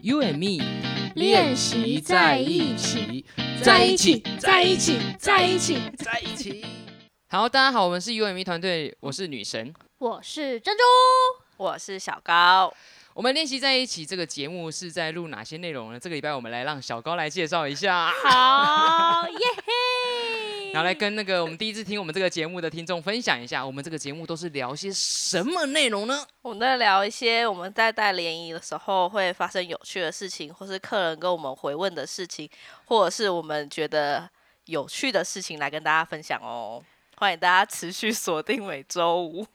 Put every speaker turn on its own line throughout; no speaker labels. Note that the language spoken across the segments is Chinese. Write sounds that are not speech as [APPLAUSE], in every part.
You and me
练习在一
起，
在一起，在一起，在一起。
在一起。好，大家好，我们是 U and Me 团队，我是女神。
我是珍珠，
我是小高，
我们练习在一起这个节目是在录哪些内容呢？这个礼拜我们来让小高来介绍一下，
[LAUGHS]
好耶嘿！
然后来跟那个我们第一次听我们这个节目的听众分享一下，我们这个节目都是聊些什么内容呢？
我们在聊一些我们在带联谊的时候会发生有趣的事情，或是客人跟我们回问的事情，或者是我们觉得有趣的事情来跟大家分享哦。欢迎大家持续锁定每周五。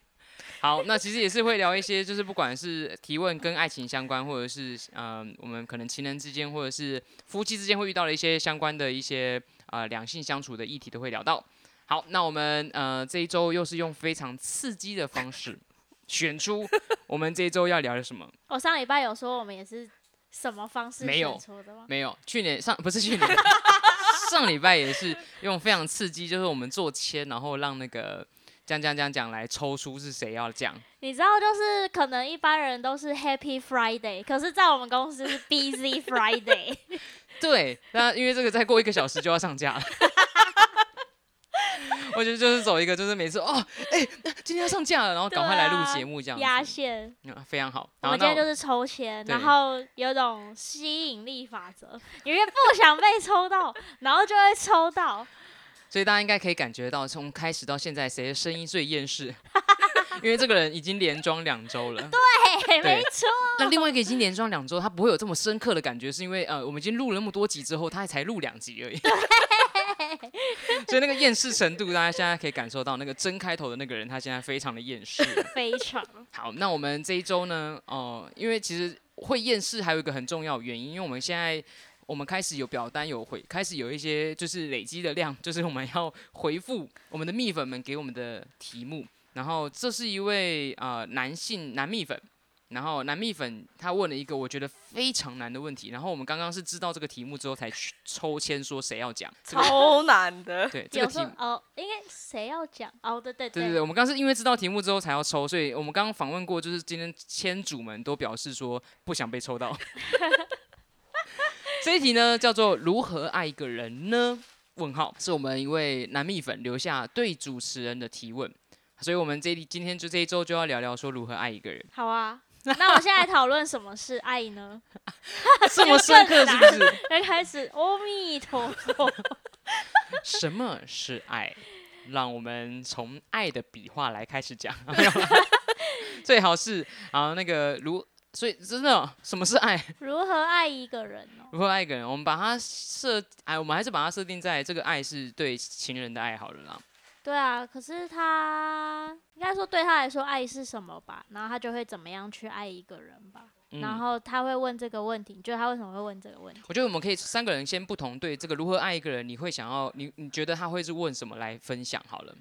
好，那其实也是会聊一些，就是不管是提问跟爱情相关，或者是嗯、呃我们可能情人之间，或者是夫妻之间会遇到的一些相关的一些呃两性相处的议题都会聊到。好，那我们呃这一周又是用非常刺激的方式选出我们这一周要聊的什么？
我上礼拜有说我们也是什么方式
没有
选出的吗？
没有，去年上不是去年， [LAUGHS] 上礼拜也是用非常刺激，就是我们做签，然后让那个讲讲讲讲来抽出是谁要讲。
你知道，就是可能一般人都是 Happy Friday，可是在我们公司是
[LAUGHS]
Busy Friday。
对，那因为这个再过一个小时就要上架了。我觉得就是走一个，就是每次哦，哎、今天要上架了，然后赶快来录节目这样子，
压线。
嗯非常好。
啊我
好，
们今
那
天就
我
是抽签，
对
然后有种吸引力法则，因为不想被抽
[LAUGHS]
到，然后就会抽到。
所以大家应该可以感觉到，从开始到现在，谁的声音最厌世？ [LAUGHS] 因为这个人已经连装两周了，
对，啊哎没错，
那另外一个已经连装两周，他不会有这么深刻的感觉，是因为呃，我们已经录了那么多集之后，他才录两集而已。 [LAUGHS] 所以那个厌世程度，大家现在可以感受到，那个真开头的那个人，他现在非常的厌世。
非常。
好，那我们这一周呢，呃，因为其实会厌世还有一个很重要的原因，因为我们现在我们开始有表单有回，开始有一些就是累积的量，就是我们要回复我们的蜜粉们给我们的题目。然后这是一位呃男性男蜜粉，然后男蜜粉他问了一个我觉得非常难的问题，然后我们刚刚是知道这个题目之后才去抽签说谁要讲，这个。
超难的
对这个
有
题
时
目
候。哦，应该谁要讲？哦，对对
对对
对，
对，我们刚刚是因为知道题目之后才要抽，所以我们刚刚访问过，就是今天签主们都表示说不想被抽到。 [LAUGHS] 这一题呢叫做“如何爱一个人呢？”问号是我们一位男蜜粉留下对主持人的提问，所以我们这一今天就这一周就要聊聊说如何爱一个 [LAUGHS] 人，
好啊。那我们现在讨论什么是爱呢？
这么深刻是不是？ [LAUGHS]
要哎开始，阿弥陀佛。 [LAUGHS]
什么是爱？让我们从爱的笔画来开始 [LAUGHS] 讲，最好是啊那个如。所以真的，什么是爱？
如何爱一个人哦？
如何爱一个人，我们把它设，哎，我们还是把它设定在这个爱是对情人的爱好了啦。
对啊，可是他应该说对他来说，爱是什么吧？然后他就会怎么样去爱一个人吧？然
嗯，
后他会问这个问题，你觉得他为什么会问这
[LAUGHS]
个问题？
我觉得我们可以三个人先不同对这个如何爱一个人，你会想要你你觉得他会是问什么来分享好了。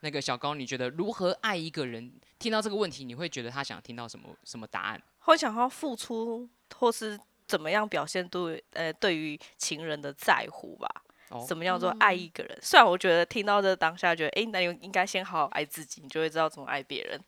那个小高，你觉得如何爱一个人？听到这个问题，你会觉得他想听到什么什么答案？
会想要付出，或是怎么样表现对呃对于情人的在乎吧？
哦
怎么样做爱一个人？虽然我觉得听到这当下觉得，诶，那你应该先好好爱自己，你就会知道怎么爱别人。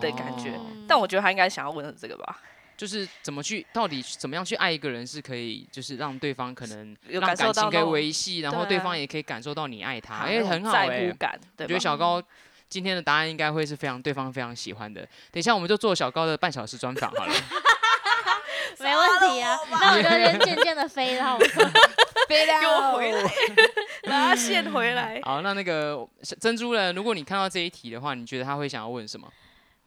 的感觉
哦
但我觉得他应该想要问的是这个吧，
就是怎么去，到底怎么样去爱一个人，是可以就是让对方可能
有
让
感受
感情
到
可以
那种
维系，然后
对
对
啊
方也可以感受到你爱他，
好
哎、
那种
很好哎、
在乎感，对
我觉得
吧？
小高今天的答案应该会是非常对方非常喜欢的。等一下我们就做小高的半小时专访好了，
没问题啊，那我就先渐渐的飞到。
飞
给我回来，把他线回来。 [LAUGHS]
好，那那个 [LAUGHS] 小珍珠呢？如果你看到这一题的话，你觉得他会想要问什么？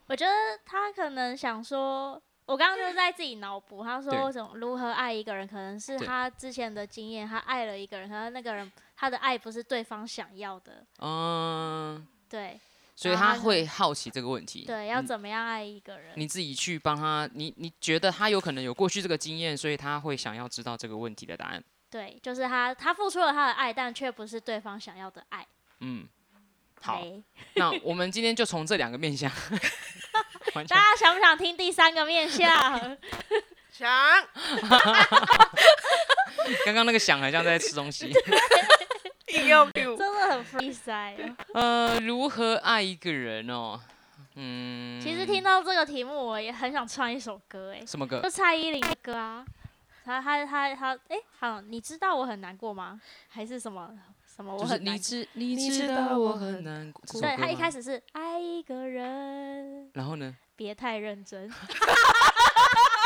我觉得他可能想说，我刚刚就是在自己脑补，他
对
说怎么如何爱一个人，可能是
对
他之前的经验，他爱了一个人，可是那个人他的爱不是对方想要的，
嗯，
对
所以
然后
他
他就
会好奇这个问题。
对，要
嗯
怎么样爱一个人？
你自己去帮他，你你觉得他有可能有过去这个经验，所以他会想要知道这个问题的答案。
对，就是他他付出了他的爱，但却不是对方想要的爱。
嗯，好，
没
那我们今天就从这两个面向，完全
大家想不想听第三个面相？ [LAUGHS]
想，
刚刚那个响好像在吃东西。
硬要 Q，
真的
[LAUGHS]
很 free 塞。哦
呃，如何爱一个人哦？嗯，
其实听到这个题目，我也很想唱一首歌，哎，
什么歌
就？蔡依林的歌啊。他他他他，哎、好，你知道我很难过吗？还是什么什么我
就是
很难
你
过？
知你
你
知
知
道
道
我
我
很
很
难过。这首
对
歌
他一
吗
开，始是爱一个人，
然后呢？
别太认真。 [LAUGHS]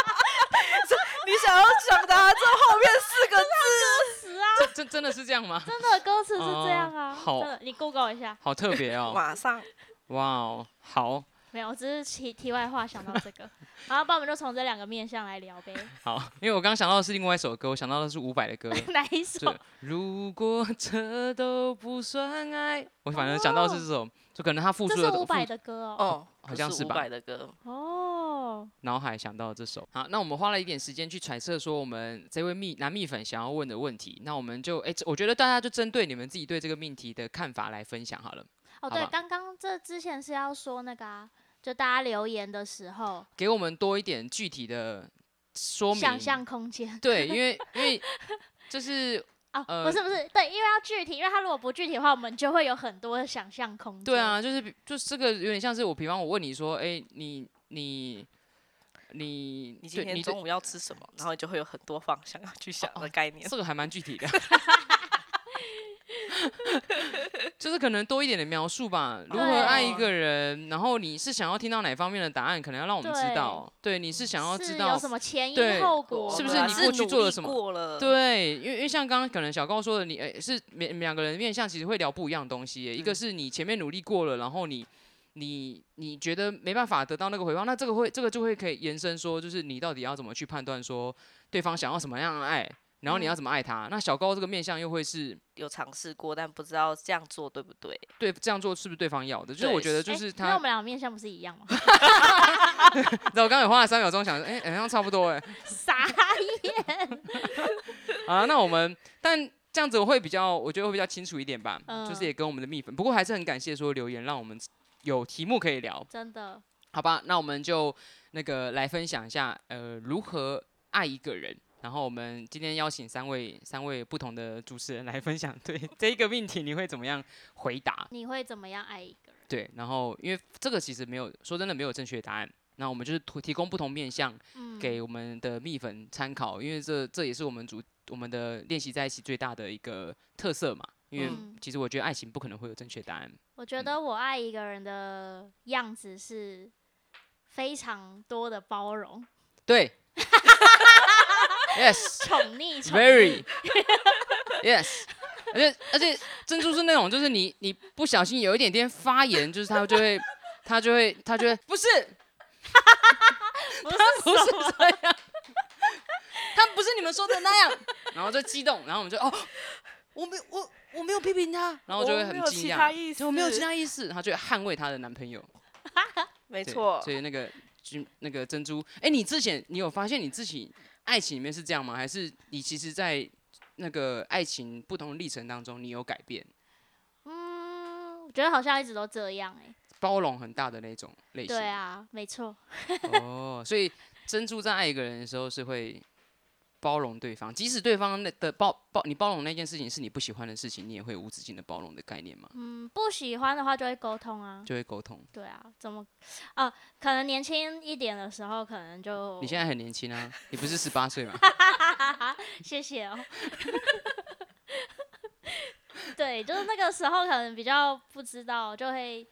你想要想达这后面四个字，
这这真的是这样
[LAUGHS]
吗？
啊真的歌词是这样
哦
啊，
好
真的，你 Google 一下。
好特别哦！
马上
哇哦，好
没有，我只是题题外话想到这个，然后不然我们就从这两个面向
[LAUGHS]
来聊呗。
好，因为我刚想到的是另外一首歌，我想到的是伍佰的
[LAUGHS]
歌。
哪一首
这？如果这都不算爱，我反正想到的是这首，就可能他付
这
出
是
了
伍佰
付
的歌哦。
哦，
好像是
是伍
吧
佰的歌，
哦，
脑海想到这首。好，那我们花了一点时间去揣测说我们这位蜜男蜜粉想要问的问题，那我们就哎、这我觉得大家就针对你们自己对这个命题的看法来分享好了。
哦，
好
对，
吧
刚刚这之前是要说那个啊，就大家留言的时候，
给我们多一点具体的说明。
想象空间。
对，因为因
[LAUGHS]
为就是
哦，
呃
不是不是，对，因为要具体，因为他如果不具体的话，我们就会有很多的想象空间。
对，啊，就是比就是这个有点像是我，比方我问你说，哎、你你你
你今
对
天
对
中午要吃什么，然后就会有很多方向要去想
哦
的概念。
这个还蛮具体
[LAUGHS]
的，就是可能多一点的描述吧。如何
对哦
爱一个人，然后你是想要听到哪方面的答案，可能要让我们知道。对，你是想要知
是
道
有什么前
对
因后果？啊
是不
我
啊是
们
你
还
过去
努
做了
力
什么
过了，
对，因为因为像刚刚可能小高说的你，哎，是两两个人面向其实会聊不一样的东西耶。一个
嗯
是你前面努力过了，然后你你你觉得没办法得到那个回报，那这个会这个就会可以延伸说，就是你到底要怎么去判断说对方想要什么样的爱，然
嗯
后你要怎么爱他。那小高这个面向又会是
有尝试过，但不知道这样做对不对。
对这样做是不是对方要的？就是
对
我觉得就
诶
是
那
他
我们，两个面向不是一样吗？ [LAUGHS]
你知道我刚才花了三秒钟想，哎，好像差不多哎。
傻眼。 [LAUGHS]
啊，那我们但。这样子我会比较，我觉得会比较清楚一点吧，就是
嗯
也跟我们的蜜粉。不过还是很感谢说留言，让我们有题目可以聊。
真的，
好吧，那我们就那个来分享一下，呃，如何爱一个人。然后我们今天邀请三位三位不同的主持人来分享，对这一个命题你会怎么样回答？
你会怎么样爱一个人？
对，然后因为这个其实没有说真的没有正确答案，那我们就是图提供不同面向
嗯，
给我们的蜜粉参考，因为这这也是我们主我们的练习在一起最大的一个特色嘛。因为
嗯
其实我觉得爱情不可能会有正确答案，
我觉得我爱一个人的样子是非常多的包容、 [LAUGHS]
对，yes。
宠溺、宠溺
Very [LAUGHS] yes，而且而且珍珠是那种，就是你你不小心有一点点发炎，就是它就会它就会它就会 [LAUGHS] 不是
不是
不是
什么
这样， [LAUGHS] 它不是你们说的那样，然后就激动，然后我们就哦，我没我我没有批评他，然后就会很惊讶，
意
对我没有其他意思，她就会捍卫她的男朋友，
没
没
错
所，以那个君那个珍珠，哎，你之前你有发现你自己爱情里面是这样吗？还是你其实，在那个爱情不同的历程当中，你有改变？
嗯，我觉得好像一直都这样哎、
包容很大的那种类型。
对啊，没错，
哦，所以珍珠在爱一个人的时候是会包容对方，即使对方那的包包你包容那件事情是你不喜欢的事情，你也会无止境的包容的概念嘛，
嗯，不喜欢的话就会沟通啊。
就会沟通。
对啊，怎么啊？可能年轻一点的时候，可能就
你现在很年轻啊，你不是十八岁
[LAUGHS]
吗？
谢谢哦。 [LAUGHS] 对，就是那个时候可能比较不知道，就会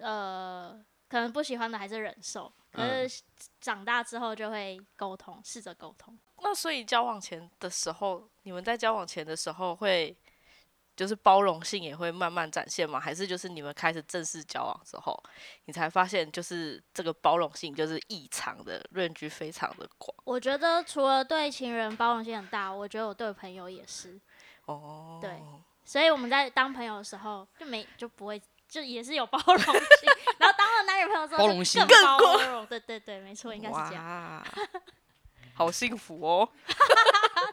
呃，可能不喜欢的还是忍受，可
嗯
是长大之后就会沟通，试着沟通。
那所以交往前的时候，你们在交往前的时候会，就是包容性也会慢慢展现吗？还是就是你们开始正式交往之后，你才发现就是这个包容性就是异常的论据非常的广
我觉得除了对情人包容性很大，我觉得我对朋友也是，
哦。
对所以我们在当朋友的时候就没就不会。就也是有包容性， [LAUGHS] 然后当了男女朋友之后
包
就
容性
更
更
包
过
容，对对对，没错，应该是这样。 [LAUGHS]
哇，好幸福哦！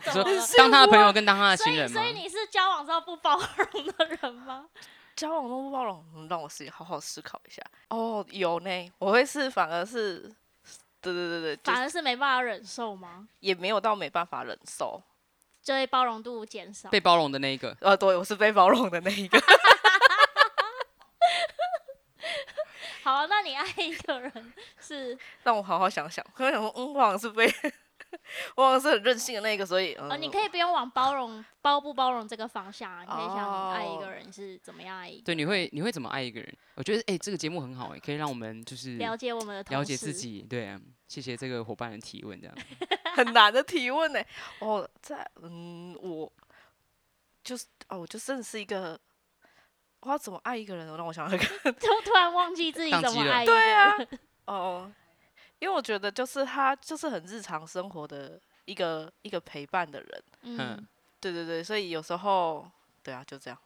你说
怎么了
当他的朋友跟当他的
所
啊情
以，
人吗
所？以你是交往之后不包容的
[LAUGHS]
人吗？
交往中不包容，嗯让我自己好好思考一下。哦，有呢，我会是反而是，对对对对，就
反
是
而是没办法忍受吗？
也没有到没办法忍受。
就会包容度减少。
被包容的那一个，
呃，对，我是被包容的
[LAUGHS]
那一个。
好，那你爱一个人是啊
让我好好想想，我想说，嗯，我好像是被 [LAUGHS] 我好像是很任性的那个，所以
呃
嗯、
哦，你可以不用往包容、包不包容这个方向啊，你可以想你爱一
哦
个人是怎么样爱一个
对，你会你会怎么爱一个人？我觉得哎、这个节目很好哎、可以让我们就是
了解我们的同
了解自
事，
己。对、啊，谢谢这个伙伴的提问，这样。
很难的提问呢、哦，在嗯，我就是哦，我就真的是一个，我要怎么爱一个人哦？让我想想看。
就 [LAUGHS] 突然忘记自
[LAUGHS]
己
宕
怎
机
么
了
爱一个
对
人。 [LAUGHS]
啊，哦，因为我觉得就是他就是很日常生活的一个一个陪伴的人。
嗯，
对对对，所以有时候对啊，就这样。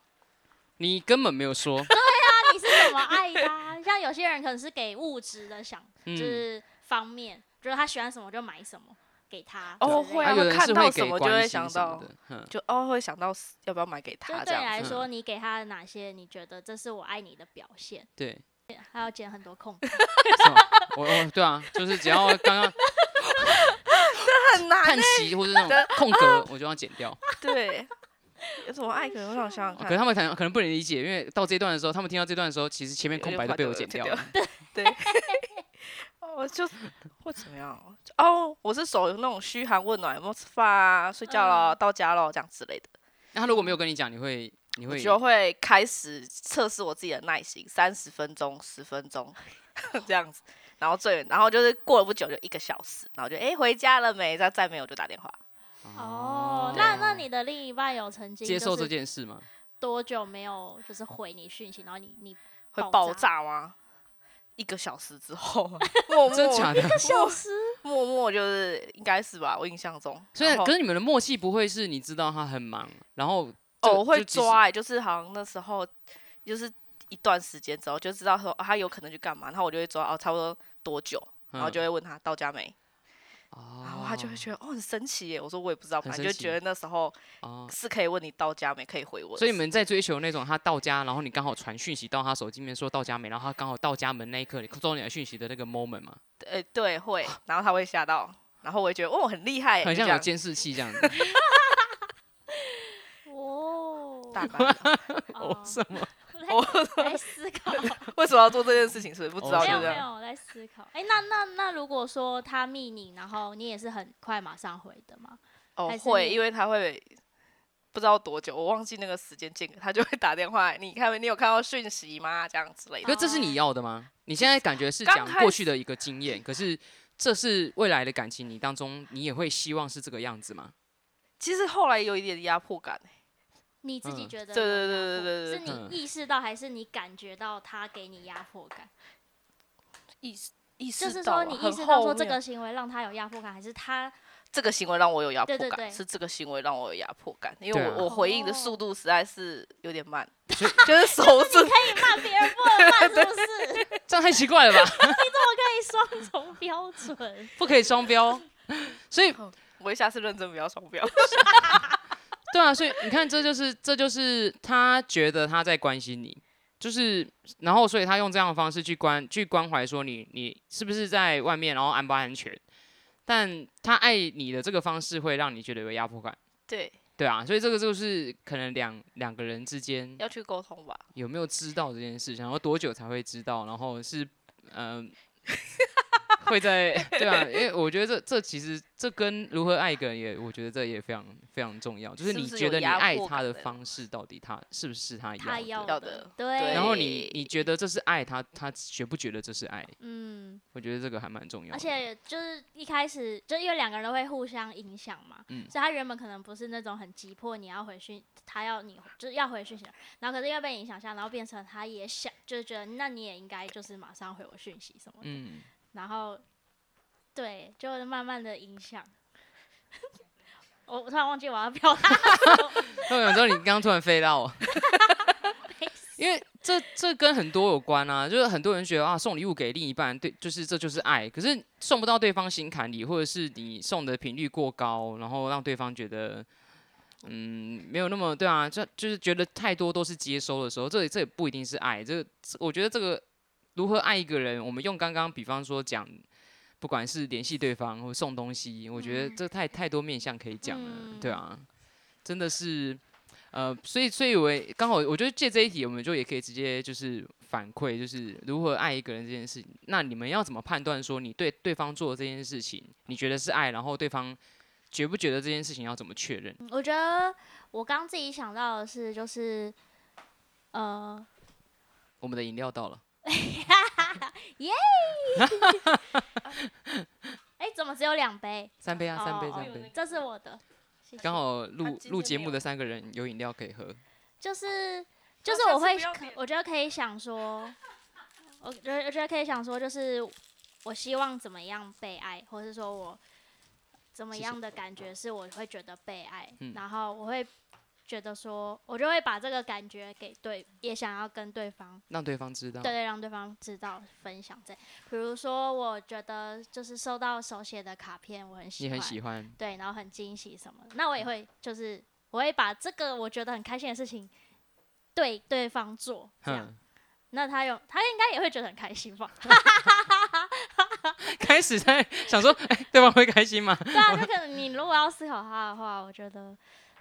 你根本没有
[LAUGHS]
说，
那你是怎么爱的啊？像有些人可能是给物质的想，就
嗯，
是方面，就是他喜欢什么就买什么给他之类的。
哦会
啊有
啊会
人
看
是
到
会
什
给
么就
关
会
心
想
什么
到
的，嗯，
就哦，会想到要不要买给
就
他这
对你
样
来
子
说，你给他的哪些？你觉得这是我爱你的表现？
对， [LAUGHS]
他要剪很多空，
是吗我我对啊，就是只要刚刚
很难啊
叹。息或者那种空格，我就要剪
[LAUGHS]
掉。
对，有什么爱可能我让我想想
哦可
看
能。他们可能可能不能理解，因为到这段的时候，他们听到这段的时候，其实前面
有
空
点
白都
快
被
就
我
有
剪
剪
掉
掉
了。
对，哦我就会怎么样？哦，我是手有那种嘘寒问暖，有没有吃饭啊？睡觉了，
嗯
到家了，这样之类的。
那他如果没有跟你讲，你会你
我
会
就会开始测试我自己的耐心，三十分钟、十分钟 [LAUGHS] 这样子，然后最然后就是过了不久就一个小时，然后就哎、诶回家了没？再再没有就打电话。
哦，那
啊
那你的另一半有曾经
接受
就
这
是
件事吗？
多久没有就是回你讯息，然后你你
会
爆
爆
炸
炸吗？一个小时之后
[LAUGHS]
啊，默默
真假 [LAUGHS] 的？
消失？
默默就是应该是吧，我印象中。
所以，
然后
可是你们的默契不会是你知道他很忙，然后这
哦，
个
我会
就即使
抓、欸，就是好像那时候就是一段时间之后就知道说、哦、他有可能去干嘛，然后我就会抓哦，差不多多久，然后
嗯
就会问他到家没，然后
哦，
他就会觉得哦很神奇耶，我说我也不知道，
很
反
神
正就
奇
觉得那时候
嗯
哦。
是可以问你到家没，可以回我的事。
所以你们在追求那种他到家，然后你刚好传讯息到他手机里面说到家没，然后他刚好到家门那一刻，你收到你的讯息的那个 moment 嘛，
呃对会，
啊
然后他会吓到，然后我也觉得哦很厉害
[LAUGHS]
耶，
很
就
像
这
有
样
监视器这样
[LAUGHS]
子。
[LAUGHS] 哦，
大概
[LAUGHS]
吧
哦，
哦
什
[LAUGHS]
么？
我在我在思考，
为什么要做这件事情？是不是不知
哦
道
没
就
有
这
没
样。
有，我在思考。哎，那那那如果说他密你，然后你也是很快马上回的嘛？
哦
还，是
会，
你
因为他会不知道多久，我忘记那个时间间隔，他就会打电话来，你看你有看到讯息吗？这样之类
可
的
是。这是你要的吗？你现在感觉是
刚
讲
开
过去的一个经验，可是这是未来的感情，你当中你也会希望是这个样子吗？ [LAUGHS]
其实后来有一点压迫感，
你自己
嗯
觉得
对
有
对
压
对对
迫
对
是
嗯
你意识到还是你感觉到他给你压迫感？
意识意
就
识
是
到
说
了
你
很
意识到
后
说这
面
个行为让他有压迫感，还是他 [LAUGHS]
这个行为让我有压迫
对
感，
对对
是这个行为让我有压迫感，因为
对
我、
啊
我回应的速
哦
度实在是有点慢，
[LAUGHS] 所以
就是手
就是
指
你可以骂别人不能骂，是不是？
这样太奇怪了吧？ [LAUGHS]
这么 [LAUGHS] 可以双重标准？
不可以双标 [LAUGHS] 哦。所以
我下次认真不要双 [LAUGHS] 标。
对啊，所以你看，这就是这就是他觉得他在关心你，就是然后所以他用这样的方式去关去关怀，说你你是不是在外面，然后安不安全？但他爱你的这个方式会让你觉得有压迫感，
对，
对啊，所以这个就是可能两两个人之间
要去沟通吧。
有没有知道这件事情，然后多久才会知道，然后是嗯。会在对啊，因为我觉得这这其实这跟如何爱一个人也，我觉得这也非常非常重要，就是
是不
你
是
觉
有
得你
压
爱
迫
他
感
的
的
方式到底他是不是他
他
要的，
要的
的，对。
然后
对
你你觉得这是爱他，他觉不觉得这是爱？
嗯，
我觉得这个还蛮重要的。
而且就是一开始就因为两个人都会互相影响嘛，
嗯
所以他原本可能不是那种很急迫你要回讯，他要你就是要回讯息的，然后可是因为被影响下，然后变成他也想就是觉得那你也应该就是马上回我讯息什么的，
嗯，
然后对，就慢慢的影响。 [LAUGHS] 我我突然忘记我要表达
那我想知道你刚刚突然飞到我，
没
因为这这跟很多有关啊，就是很多人觉得啊，送礼物给另一半，对，就是这就是爱，可是送不到对方心坎里，或者是你送的频率过高，然后让对方觉得。嗯，没有那么对啊，就就是觉得太多都是接收的时候，这这也不一定是爱，这个这我觉得这个如何爱一个人，我们用刚刚比方说讲，不管是联系对方或送东西，我觉得
嗯
这太太多面向可以讲了，对
嗯
啊，真的是，呃，所以所以我也刚好我觉得借这一题，我们就也可以直接就是反馈，就是如何爱一个人这件事情。那你们要怎么判断说你对对方做的这件事情，你觉得是爱，然后对方觉不觉得这件事情要怎么确认？
我觉得我刚自己想到的是，就是呃，
我们的饮料到了，
哎、怎么只有两杯？
三杯啊，三杯，
哦
三杯。
这是我的，谢谢
刚好录
今天
录节
没
目
有
的三个人有饮料可以喝，
就是就
那
是
下
我
次
会
不要
可
点，
我觉得可以想说，我觉得我觉得可以想说，就是我希望怎么样被爱，或是说我怎么
谢谢
样的感觉是我会觉得被爱，
嗯
然后我会觉得说，我就会把这个感觉给对，也想要跟对方
让对方知道。
对对，让对方知道分享这。比如说，我觉得就是收到手写的卡片，我很喜
你
欢，
很喜嗯欢，
对，然后很惊喜什么的，那我也会就是我会把这个我觉得很开心的事情对对方做，这样，
哼，
那他有他应该也会觉得很开心吧？ [LAUGHS]
开始在想说，哎、对方会开心吗？
对啊，就可能你如果要思考他的话，我觉得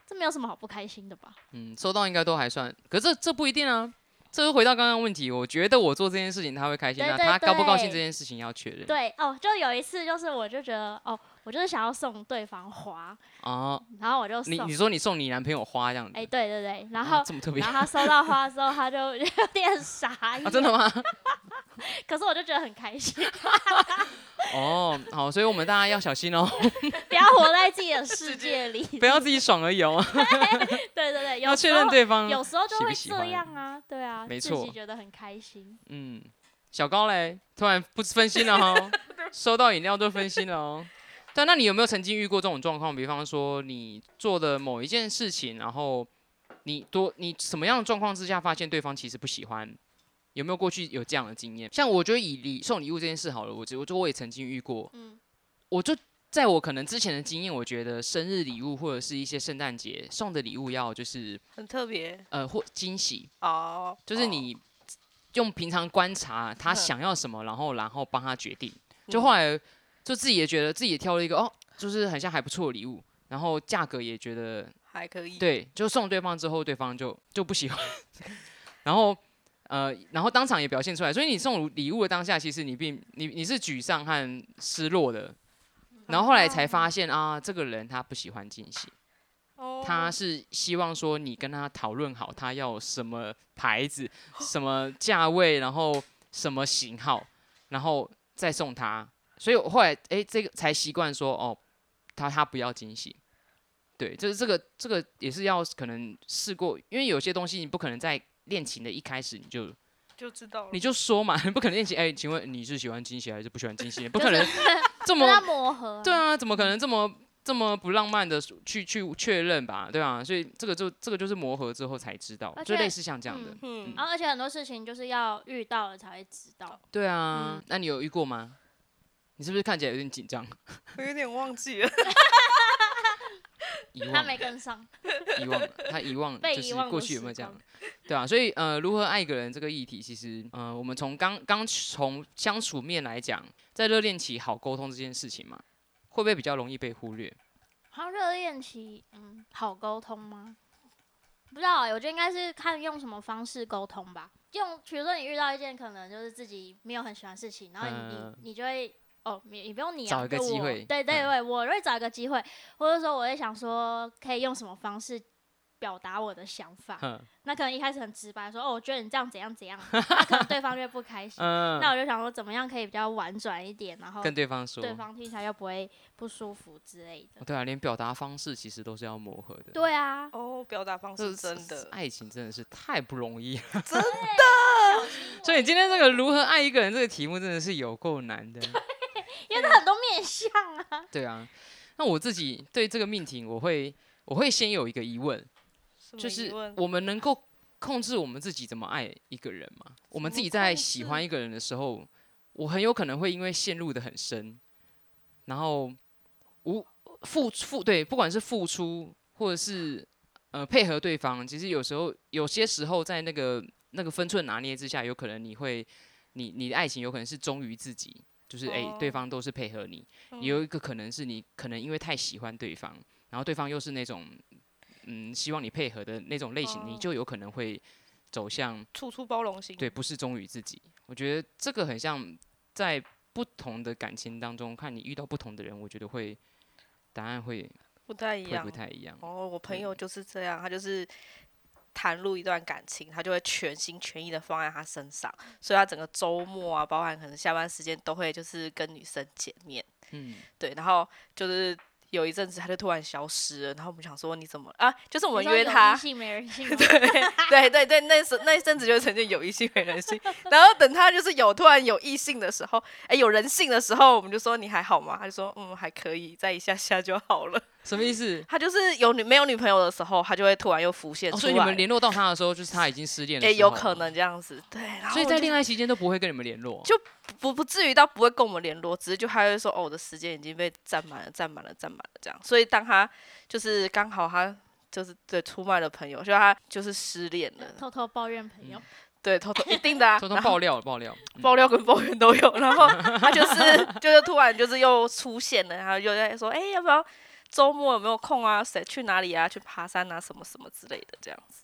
这没有什么好不开心的吧？
嗯，收到应该都还算，可是这这不一定啊。这就回到刚刚问题，我觉得我做这件事情他会开心，
对
那
对
他高不高兴
对
这件事情要确认。
对哦，就有一次就是我就觉得哦，我就是想要送对方花，
哦，
然后我就
你
送
你，说你送你男朋友花这样子，
哎、对对对，然
哦
后。
这么特别
然后
啊？
他收到花之后，他就 [LAUGHS] 有点傻眼、
真的吗？ [LAUGHS]
可是我就觉得很开心， [LAUGHS]
哦，好，所以我们大家要小
[LAUGHS]
心哦，
不要活在自己的世界
[LAUGHS]
里。
不要自己爽而已哦，
对对对，有
要
时
确
候
认对方。哦
有时候就
喜不
会
喜
这
欢
样啊，对啊，
没
自
错
己觉得很开心。
嗯，小高嘞，突然不分心了哦，收到饮料就分心了哦。对，那你有没有曾经遇过这种状况？比方说你做的某一件事情，然后你多你什么样的状况之下发现对方其实不喜欢？有没有过去有这样的经验？像我觉得以礼送礼物这件事好了，我觉我就我也曾经遇过，
嗯，
我就在我可能之前的经验，我觉得生日礼物或者是一些圣诞节送的礼物要就是
很特别
呃或惊喜，
哦。
就是
哦，
你用平常观察他
嗯
想要什么，然后然后帮他决定。就后来就自己也觉得自己也挑了一个哦，就是很像还不错的礼物，然后价格也觉得
还可以。，
对，就送对方之后，对方就就不喜欢， [LAUGHS] 然后呃，然后当场也表现出来。所以你送礼物的当下，其实你并你你是沮丧和失落的。然后后来才发现啊，这个人他不喜欢惊喜，
哦
他是希望说你跟他讨论好他要什么牌子、什么价位，然后什么型号，然后再送他。所以我后来诶，这个才习惯说哦，他他不要惊喜。对，就是这个这个也是要可能试过，因为有些东西你不可能在恋情的一开始你就
就知道了
你。就说嘛， [LAUGHS] 不可能恋情哎、请问你是喜欢惊喜还是不喜欢惊喜？不可能这么
跟他磨合。
对，啊，怎么可能这么这么不浪漫的去去确认吧？对啊，所以这个就这个就是磨合之后才知道
而，
就
且
类似像这样的。
嗯
嗯，
然后而且很多事情就是要遇到了才会知道。
对啊，
嗯
那你有遇过吗？你是不是看起来有点紧张？
[LAUGHS] 我有点忘记了。
遗
[LAUGHS] 他
忘了，
没跟上，
遗忘了，他遗忘了，
[LAUGHS] 被
就
遗
是
忘
过
的
去有没
时
有这样
光？
对啊，所以呃，如何爱一个人这个议题，其实呃，我们从刚刚从相处面来讲，在热恋期好沟通这件事情嘛，会不会比较容易被忽略？ [LAUGHS]
好像热恋期，嗯，好沟通吗？不知道欸，我觉得应该是看用什么方式沟通吧。用，比如说你遇到一件可能就是自己没有很喜欢的事情，然后你、
嗯
你你就会哦，你你不用你、啊，
找一个
就
机
我
会
对对
嗯
对，我会找一个机会，或者说我会想说可以用什么方式表达我的想法。
哼，
那可能一开始很直白说，哦，我觉得你这样怎样
[LAUGHS]
怎样，那可能对方就会不开心。
嗯、
那我就想说，怎么样可以比较婉转一点，然后
跟对方说，
对方听起来又不会不舒服之类的
哦。对啊，连表达方式其实都是要磨合的。
对啊，
哦，表达方
这
式真
这
的
爱情真的是太不容易了。
真
[LAUGHS] 所以今天这个如何爱一个人这个题目真的是有够难的。
因为它很多面向啊。
对啊，那我自己对这个命题，我会我会先有一个疑问，
什么
就是
疑问
我们能够控制我们自己怎么爱一个人吗？我们
怎
自
么
己在
控
喜
制
欢一个人的时候，我很有可能会因为陷入的很深，然后无付付对，不管是付出或者是呃配合对方，其实有时候有些时候在那个那个分寸拿捏之下，有可能你会你你的爱情有可能是忠于自己，就是诶、对
哦
方都是配合你，
嗯
也有一个可能是你可能因为太喜欢对方，然后对方又是那种嗯希望你配合的那种类型，你
哦
就有可能会走向
处处包容心。
对，不是忠于自己。我觉得这个很像在不同的感情当中，看你遇到不同的人，我觉得会答案会
不太一
会
样
不。太一样。
哦，我
嗯
朋友就是这样，他就是谈入一段感情，他就会全心全意的放在他身上，所以他整个周末啊，包含可能下班时间都会就是跟女生见面，
嗯，
对，然后就是有一阵子他就突然消失了，然后我们想说你怎么了啊？就是我们
你说
约
有
他
异，性没人性吗，
对对对对，那时那一阵子就曾经有异性没人性，然后等他就是有突然有异性的时候，哎，有人性的时候，我们就说你还好吗？他就说嗯还可以，再一下下就好了。
什么意思？
他就是有女没有女朋友的时候，他就会突然又浮现
哦，
出
所
来。
以你们联络到他的时候，就是他已经失恋了。
也有可。能这样子，对。然后
所以
我
在
就
恋爱期间都不会跟你们联络。
就不不至于到不会跟我们联络，只是就他会说哦，我的时间已经被占满了，占满了，占满了这样。所以当他就是刚好他就是对出卖了朋友，就他就是失恋了，
偷偷抱怨朋友，
对，偷偷一定的
[LAUGHS]
啊，
偷偷
然后
爆料了，爆
[LAUGHS]
料。嗯
爆料跟抱怨都有，然后他就是就是突然就是又出现了，然后又在说，哎、要不要周末有没有空啊？谁去哪里啊？去爬山啊？什么什么之类的这样子。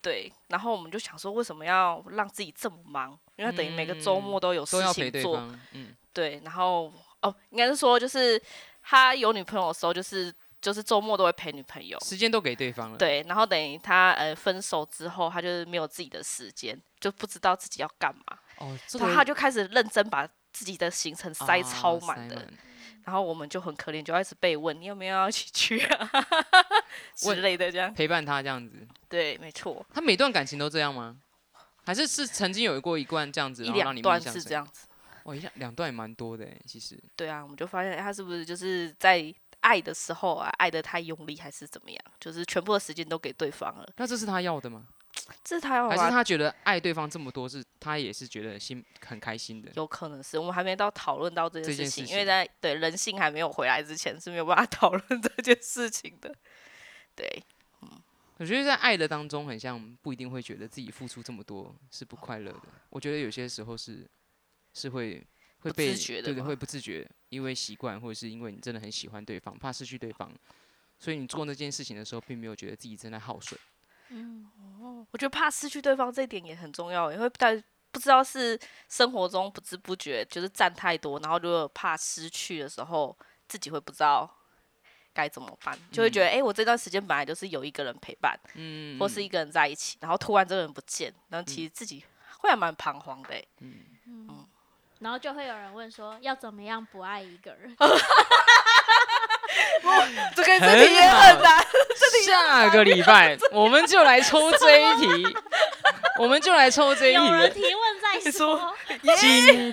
对，然后我们就想说，为什么要让自己这么忙？因为他等于每个周末都有事
嗯都要陪
情
对
做。
方。嗯，
对，然后哦，应该是说就是他有女朋友的时候，就是就是周末都会陪女朋友。
时间都给对方了。，
对，然后等于他呃分手之后，他就是没有自己的时间，就不知道自己要干嘛。
哦，这
他
个
他就开始认真把自己的行程塞
啊
超
塞
满的，然后我们就很可怜，就要一直被问你有没有要一起去
[LAUGHS]
啊之
问
类的这样。
陪伴他这样子。
对，没错，
他每段感情都这样吗？还是是曾经有过一段这样子，
一
然后让
两
你
段
印象
是
深
这样子。
哦，一两两段也蛮多的欸，其实。
对啊，我们就发现哎他是不是就是在爱的时候啊，爱的太用力还是怎么样，就是全部的时间都给对方了，
那这是他要的吗？
这是他要
还是
玩。
他觉得爱对方这么多，是他也是觉得心很开心的？
有可能是我们还没到讨论到这件
这件
事
事
情，因为
情
在对人性还没有回来之前是没有办法讨论这件事情的。对，
我觉得在爱的当中，很像不一定会觉得自己付出这么多是不快乐的。我觉得有些时候是是会会
不
被
自觉的
对对，
吗
会不自觉，因为习惯或者是因为你真的很喜欢对方，怕失去对方，所以你做那件事情的时候，并没有觉得自己正在耗损。
嗯，
我觉得怕失去对方这一点也很重要，因为在不知道是生活中不知不觉就是占太多，然后如果怕失去的时候，自己会不知道该怎么办，就会觉得诶，我这段时间本来就是有一个人陪伴，
嗯，
或是一个人在一起，然后突然这个人不见，然后其实自己会还蛮彷徨
[LAUGHS]
的、欸。
然后就会有人问说要怎么样不爱一个人，
这个
很
这题也很
好
难，
下个礼拜我们就来抽这一题， [LAUGHS] 我们就来抽这一
有人
题。
提问再
你说
说，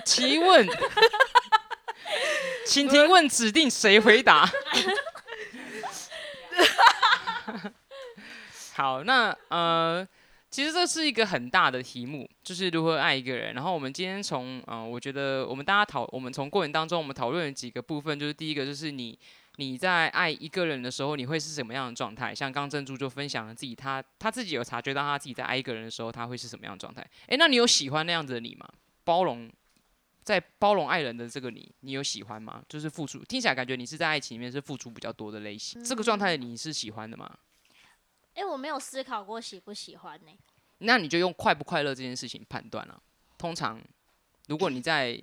请提
[LAUGHS]
问，请提问，指定谁回答。好，那呃，其实这是一个很大的题目，就是如何爱一个人。然后我们今天从呃，我觉得我们大家讨，我们从过程当中，我们讨论了几个部分，就是第一个就是你你在爱一个人的时候，你会是什么样的状态？像刚珍珠就分享了自己，他他自己有察觉到他自己在爱一个人的时候，他会是什么样的状态？诶，那你有喜欢那样子的你吗？包容，在包容爱人的这个你，你有喜欢吗？就是付出，听起来感觉你是在爱情里面是付出比较多的类型。这个状态你是喜欢的吗？
哎，我没有思考过喜不喜欢呢、
那你就用快不快乐这件事情判断了、啊通常，如果你在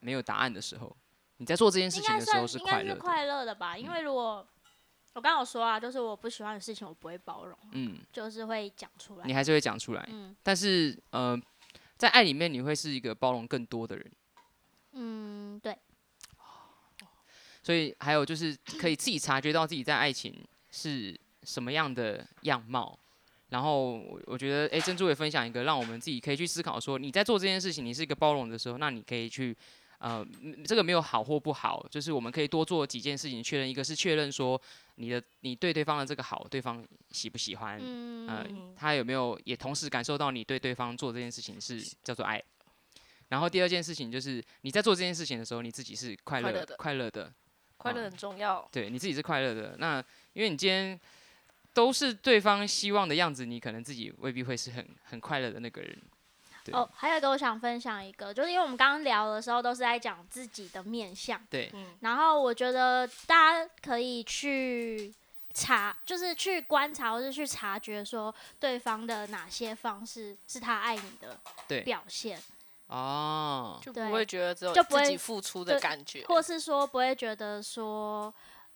没有答案的时候，你在做这件事
应
情
该
的时
算
候
应
快
该
乐
是
的。
快乐的吧，因为如果我刚有说啊，就是我不喜欢的事情我不会包容，
嗯，
就是会讲出
你
来，
还是会讲出来。
嗯
但是，呃，在爱里面，你会是一个包容更多的人。
嗯，对，
所以还有就是可以自己察觉到自己在爱情是什么样的样貌。然后我我觉得，诶，珍珠也分享一个，让我们自己可以去思考说，你在做这件事情，你是一个包容的时候，那你可以去，呃，嗯这个没有好或不好，就是我们可以多做几件事情，确认一个是确认说你的你对对方的这个好，对方喜不喜欢，
啊
呃
嗯，
他有没有也同时感受到你对对方做这件事情是叫做爱？然后第二件事情就是你在做这件事情的时候，你自己是快
快
乐
乐的
快乐的，嗯
快乐很重要。
对你自己是快乐的。那因为你今天都是对方希望的样子，你可能自己未必会是很很快乐的那个人。对
哦，还有一个我想分享一个，就是因为我们刚刚聊的时候都是在讲自己的面相，
对，
嗯，
然后我觉得大家可以去察，就是去观察或是去察觉说对方的哪些方式是他爱你的
对
表现，
哦，
就
对
不会觉得只有
就不
自己
会
付出的
就
感觉，
或是说不会觉得说。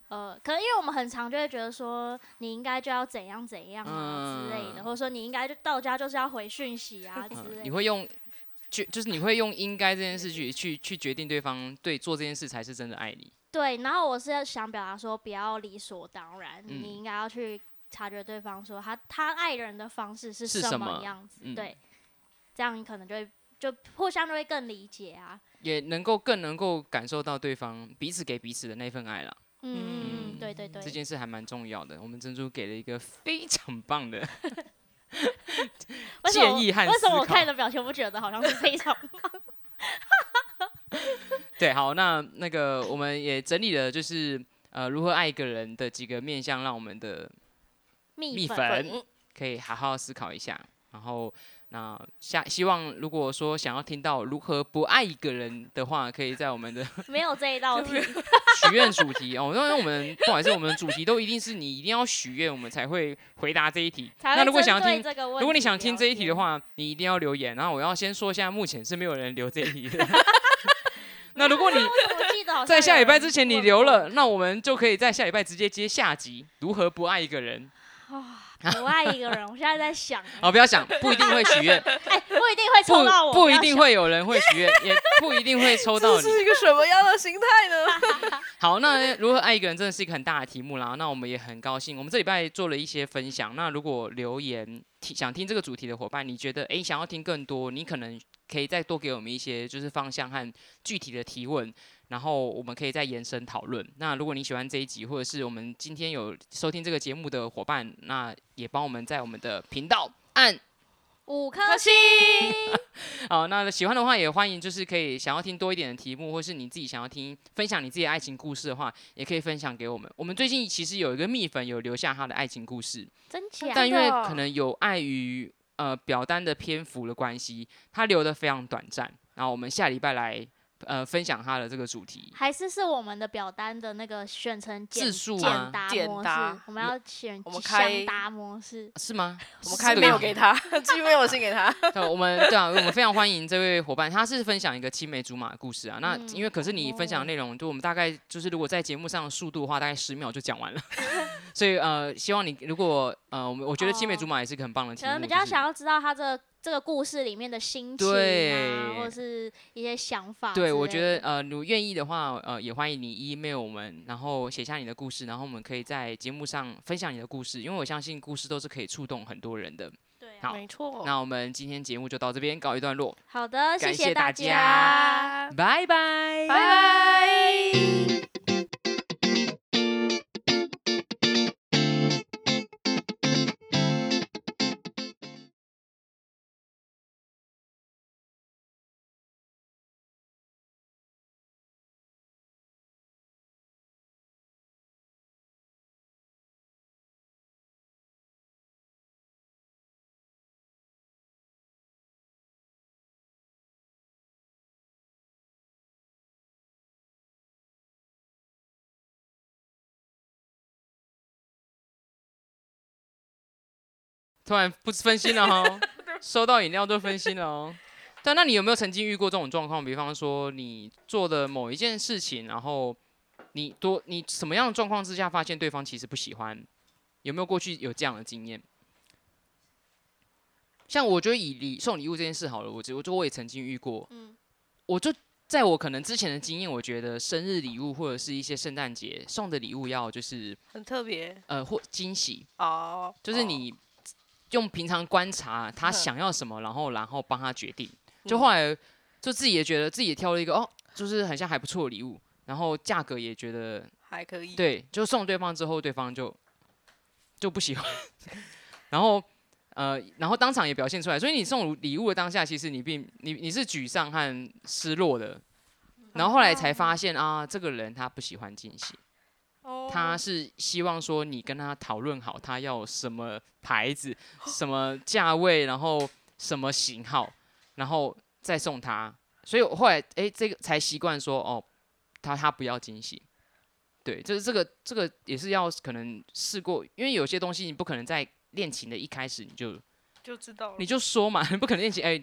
呃，可能因为我们很常就会觉得说你应该就要怎样怎样啊之类的，
嗯
或者说你应该就到家就是要回讯息啊之
[LAUGHS] 嗯
类
你
的。
会用就就是你会用应该这件事去去去决定对方对做这件事才是真的爱你。
对，然后我是想表达说不要理所当然，
嗯
你应该要去察觉对方说他他爱人的方式是
是什
什
么
样子，
嗯
对，这样你可能就会就互相就会更理解啊。
也能够更能够感受到对方彼此给彼此的那份爱啦，
嗯，对对对
这，件事还蛮重要的。我们珍珠给了一个 [LAUGHS] 非常棒的
为什么
建议和
为什
思
么我
考
看你的表情，我觉得好像是非常
对，好，那那个我们也整理了，就是呃如何爱一个人的几个面向，让我们的蜜
蜜
粉
[LAUGHS] 粉？
嗯
可以好好思考一下。然后，那下希望如果说想要听到如何不爱一个人的话，可以在我们的 [LAUGHS]
没有这一道题，
许愿主题哦，因为我们不好意思，我们的主题都一定是你一定要许愿，我们才会回答这一题。
才
那
会
如果
针
想要
对
听
这个问题，啊
如果你想听这一题的，话，你一定要留言。然后我要先说一下，目前是没有人留这一题的。 [LAUGHS] 那如果你
为什么我记得好像
在下
有
礼拜
人
之前你
问
留
过 [LAUGHS]
了，那我们就可以在下礼拜直接接下集《如何不爱一个人》。
我啊爱一个人，我现在在想欸，
[LAUGHS] 好，不要想，不一定会许愿，
哎，不一定会抽到
不
我，
不一
要
定
想
会有人会许愿，也不一定会抽到
这
你。
[LAUGHS] 是一个什么样的心态呢？
好，那如何爱一个人真的是一个很大的题目啦。那我们也很高兴，我们这礼拜做了一些分享。那如果留言听想听这个主题的伙伴，你觉得诶想要听更多，你可能可以再多给我们一些就是方向和具体的提问，然后我们可以再延伸讨论。那如果你喜欢这一集，或者是我们今天有收听这个节目的伙伴，那也帮我们在我们的频道按
五颗
可惜，
好，那喜欢的话也欢迎，就是可以想要听多一点的题目，或是你自己想要听分享你自己的爱情故事的话，也可以分享给我们。我们最近其实有一个蜜粉有留下他的爱情故事，
真假？
但因为
真的哦
可能有碍于呃表单的篇幅的关系，他留的非常短暂。然后我们下礼拜来呃分享他的这个主题。
还是是我们的表单的那个选成简
字数啊吗
简答
简
模
答
式，我们要选
我们开
简答模式。
是吗？
[LAUGHS]
是
我们开
这
没
个
有给他， [LAUGHS] 寄没有信给他，
对，我们对啊，我们非常欢迎这位伙伴，他是分享一个青梅竹马的故事啊。那
嗯
因为可是你分享的内容，就我们大概就是如果在节目上的速度的话，大概十秒就讲
[LAUGHS]
完了。所以呃，希望你如果呃，我们我觉得青梅竹马也是个很棒的题
哦可
目，
能比
就
较
是
想要知道他这这个故事里面的心情
对
啊，或是一些想法之类的。
对，我觉得呃，你愿意的话，呃，也欢迎你 email 我们，然后写下你的故事，然后我们可以在节目上分享你的故事，因为我相信故事都是可以触动很多人的。
对啊
好
没错。
那我们今天节目就到这边告一段落，
好的，谢
感谢大
大
家拜拜，
拜拜。
突然不分心了哦，收到饮料就分心了哦。但那你有没有曾经遇过这种状况？比方说你做的某一件事情，然后你多你什么样的状况之下发现对方其实不喜欢？有没有过去有这样的经验？像我觉得以礼送礼物这件事好了，我就我就我也曾经遇过，
嗯
我就在我可能之前的经验，我觉得生日礼物或者是一些圣诞节送的礼物要就是
很特别
呃或惊喜，
哦，
就是
哦
你用平常观察他
嗯
想要什么，然后然后帮他决定。就后来就自己也觉得自己也挑了一个哦，就是很像还不错的礼物，然后价格也觉得
还可以，
对，就送对方之后，对方就就不喜欢， [LAUGHS] 然后呃，然后当场也表现出来。所以你送礼物的当下，其实你并你你是沮丧和失落的。然后后来才发现啊，这个人他不喜欢惊喜，
哦，
他是希望说你跟他讨论好他要什么牌子、什么价位，然后什么型号，然后再送他。所以我后来诶，这个才习惯说哦，他他不要惊喜，对，就是这个这个也是要可能试过，因为有些东西你不可能在恋情的一开始你就
就知道了
你。就说嘛，你不可能练习，哎、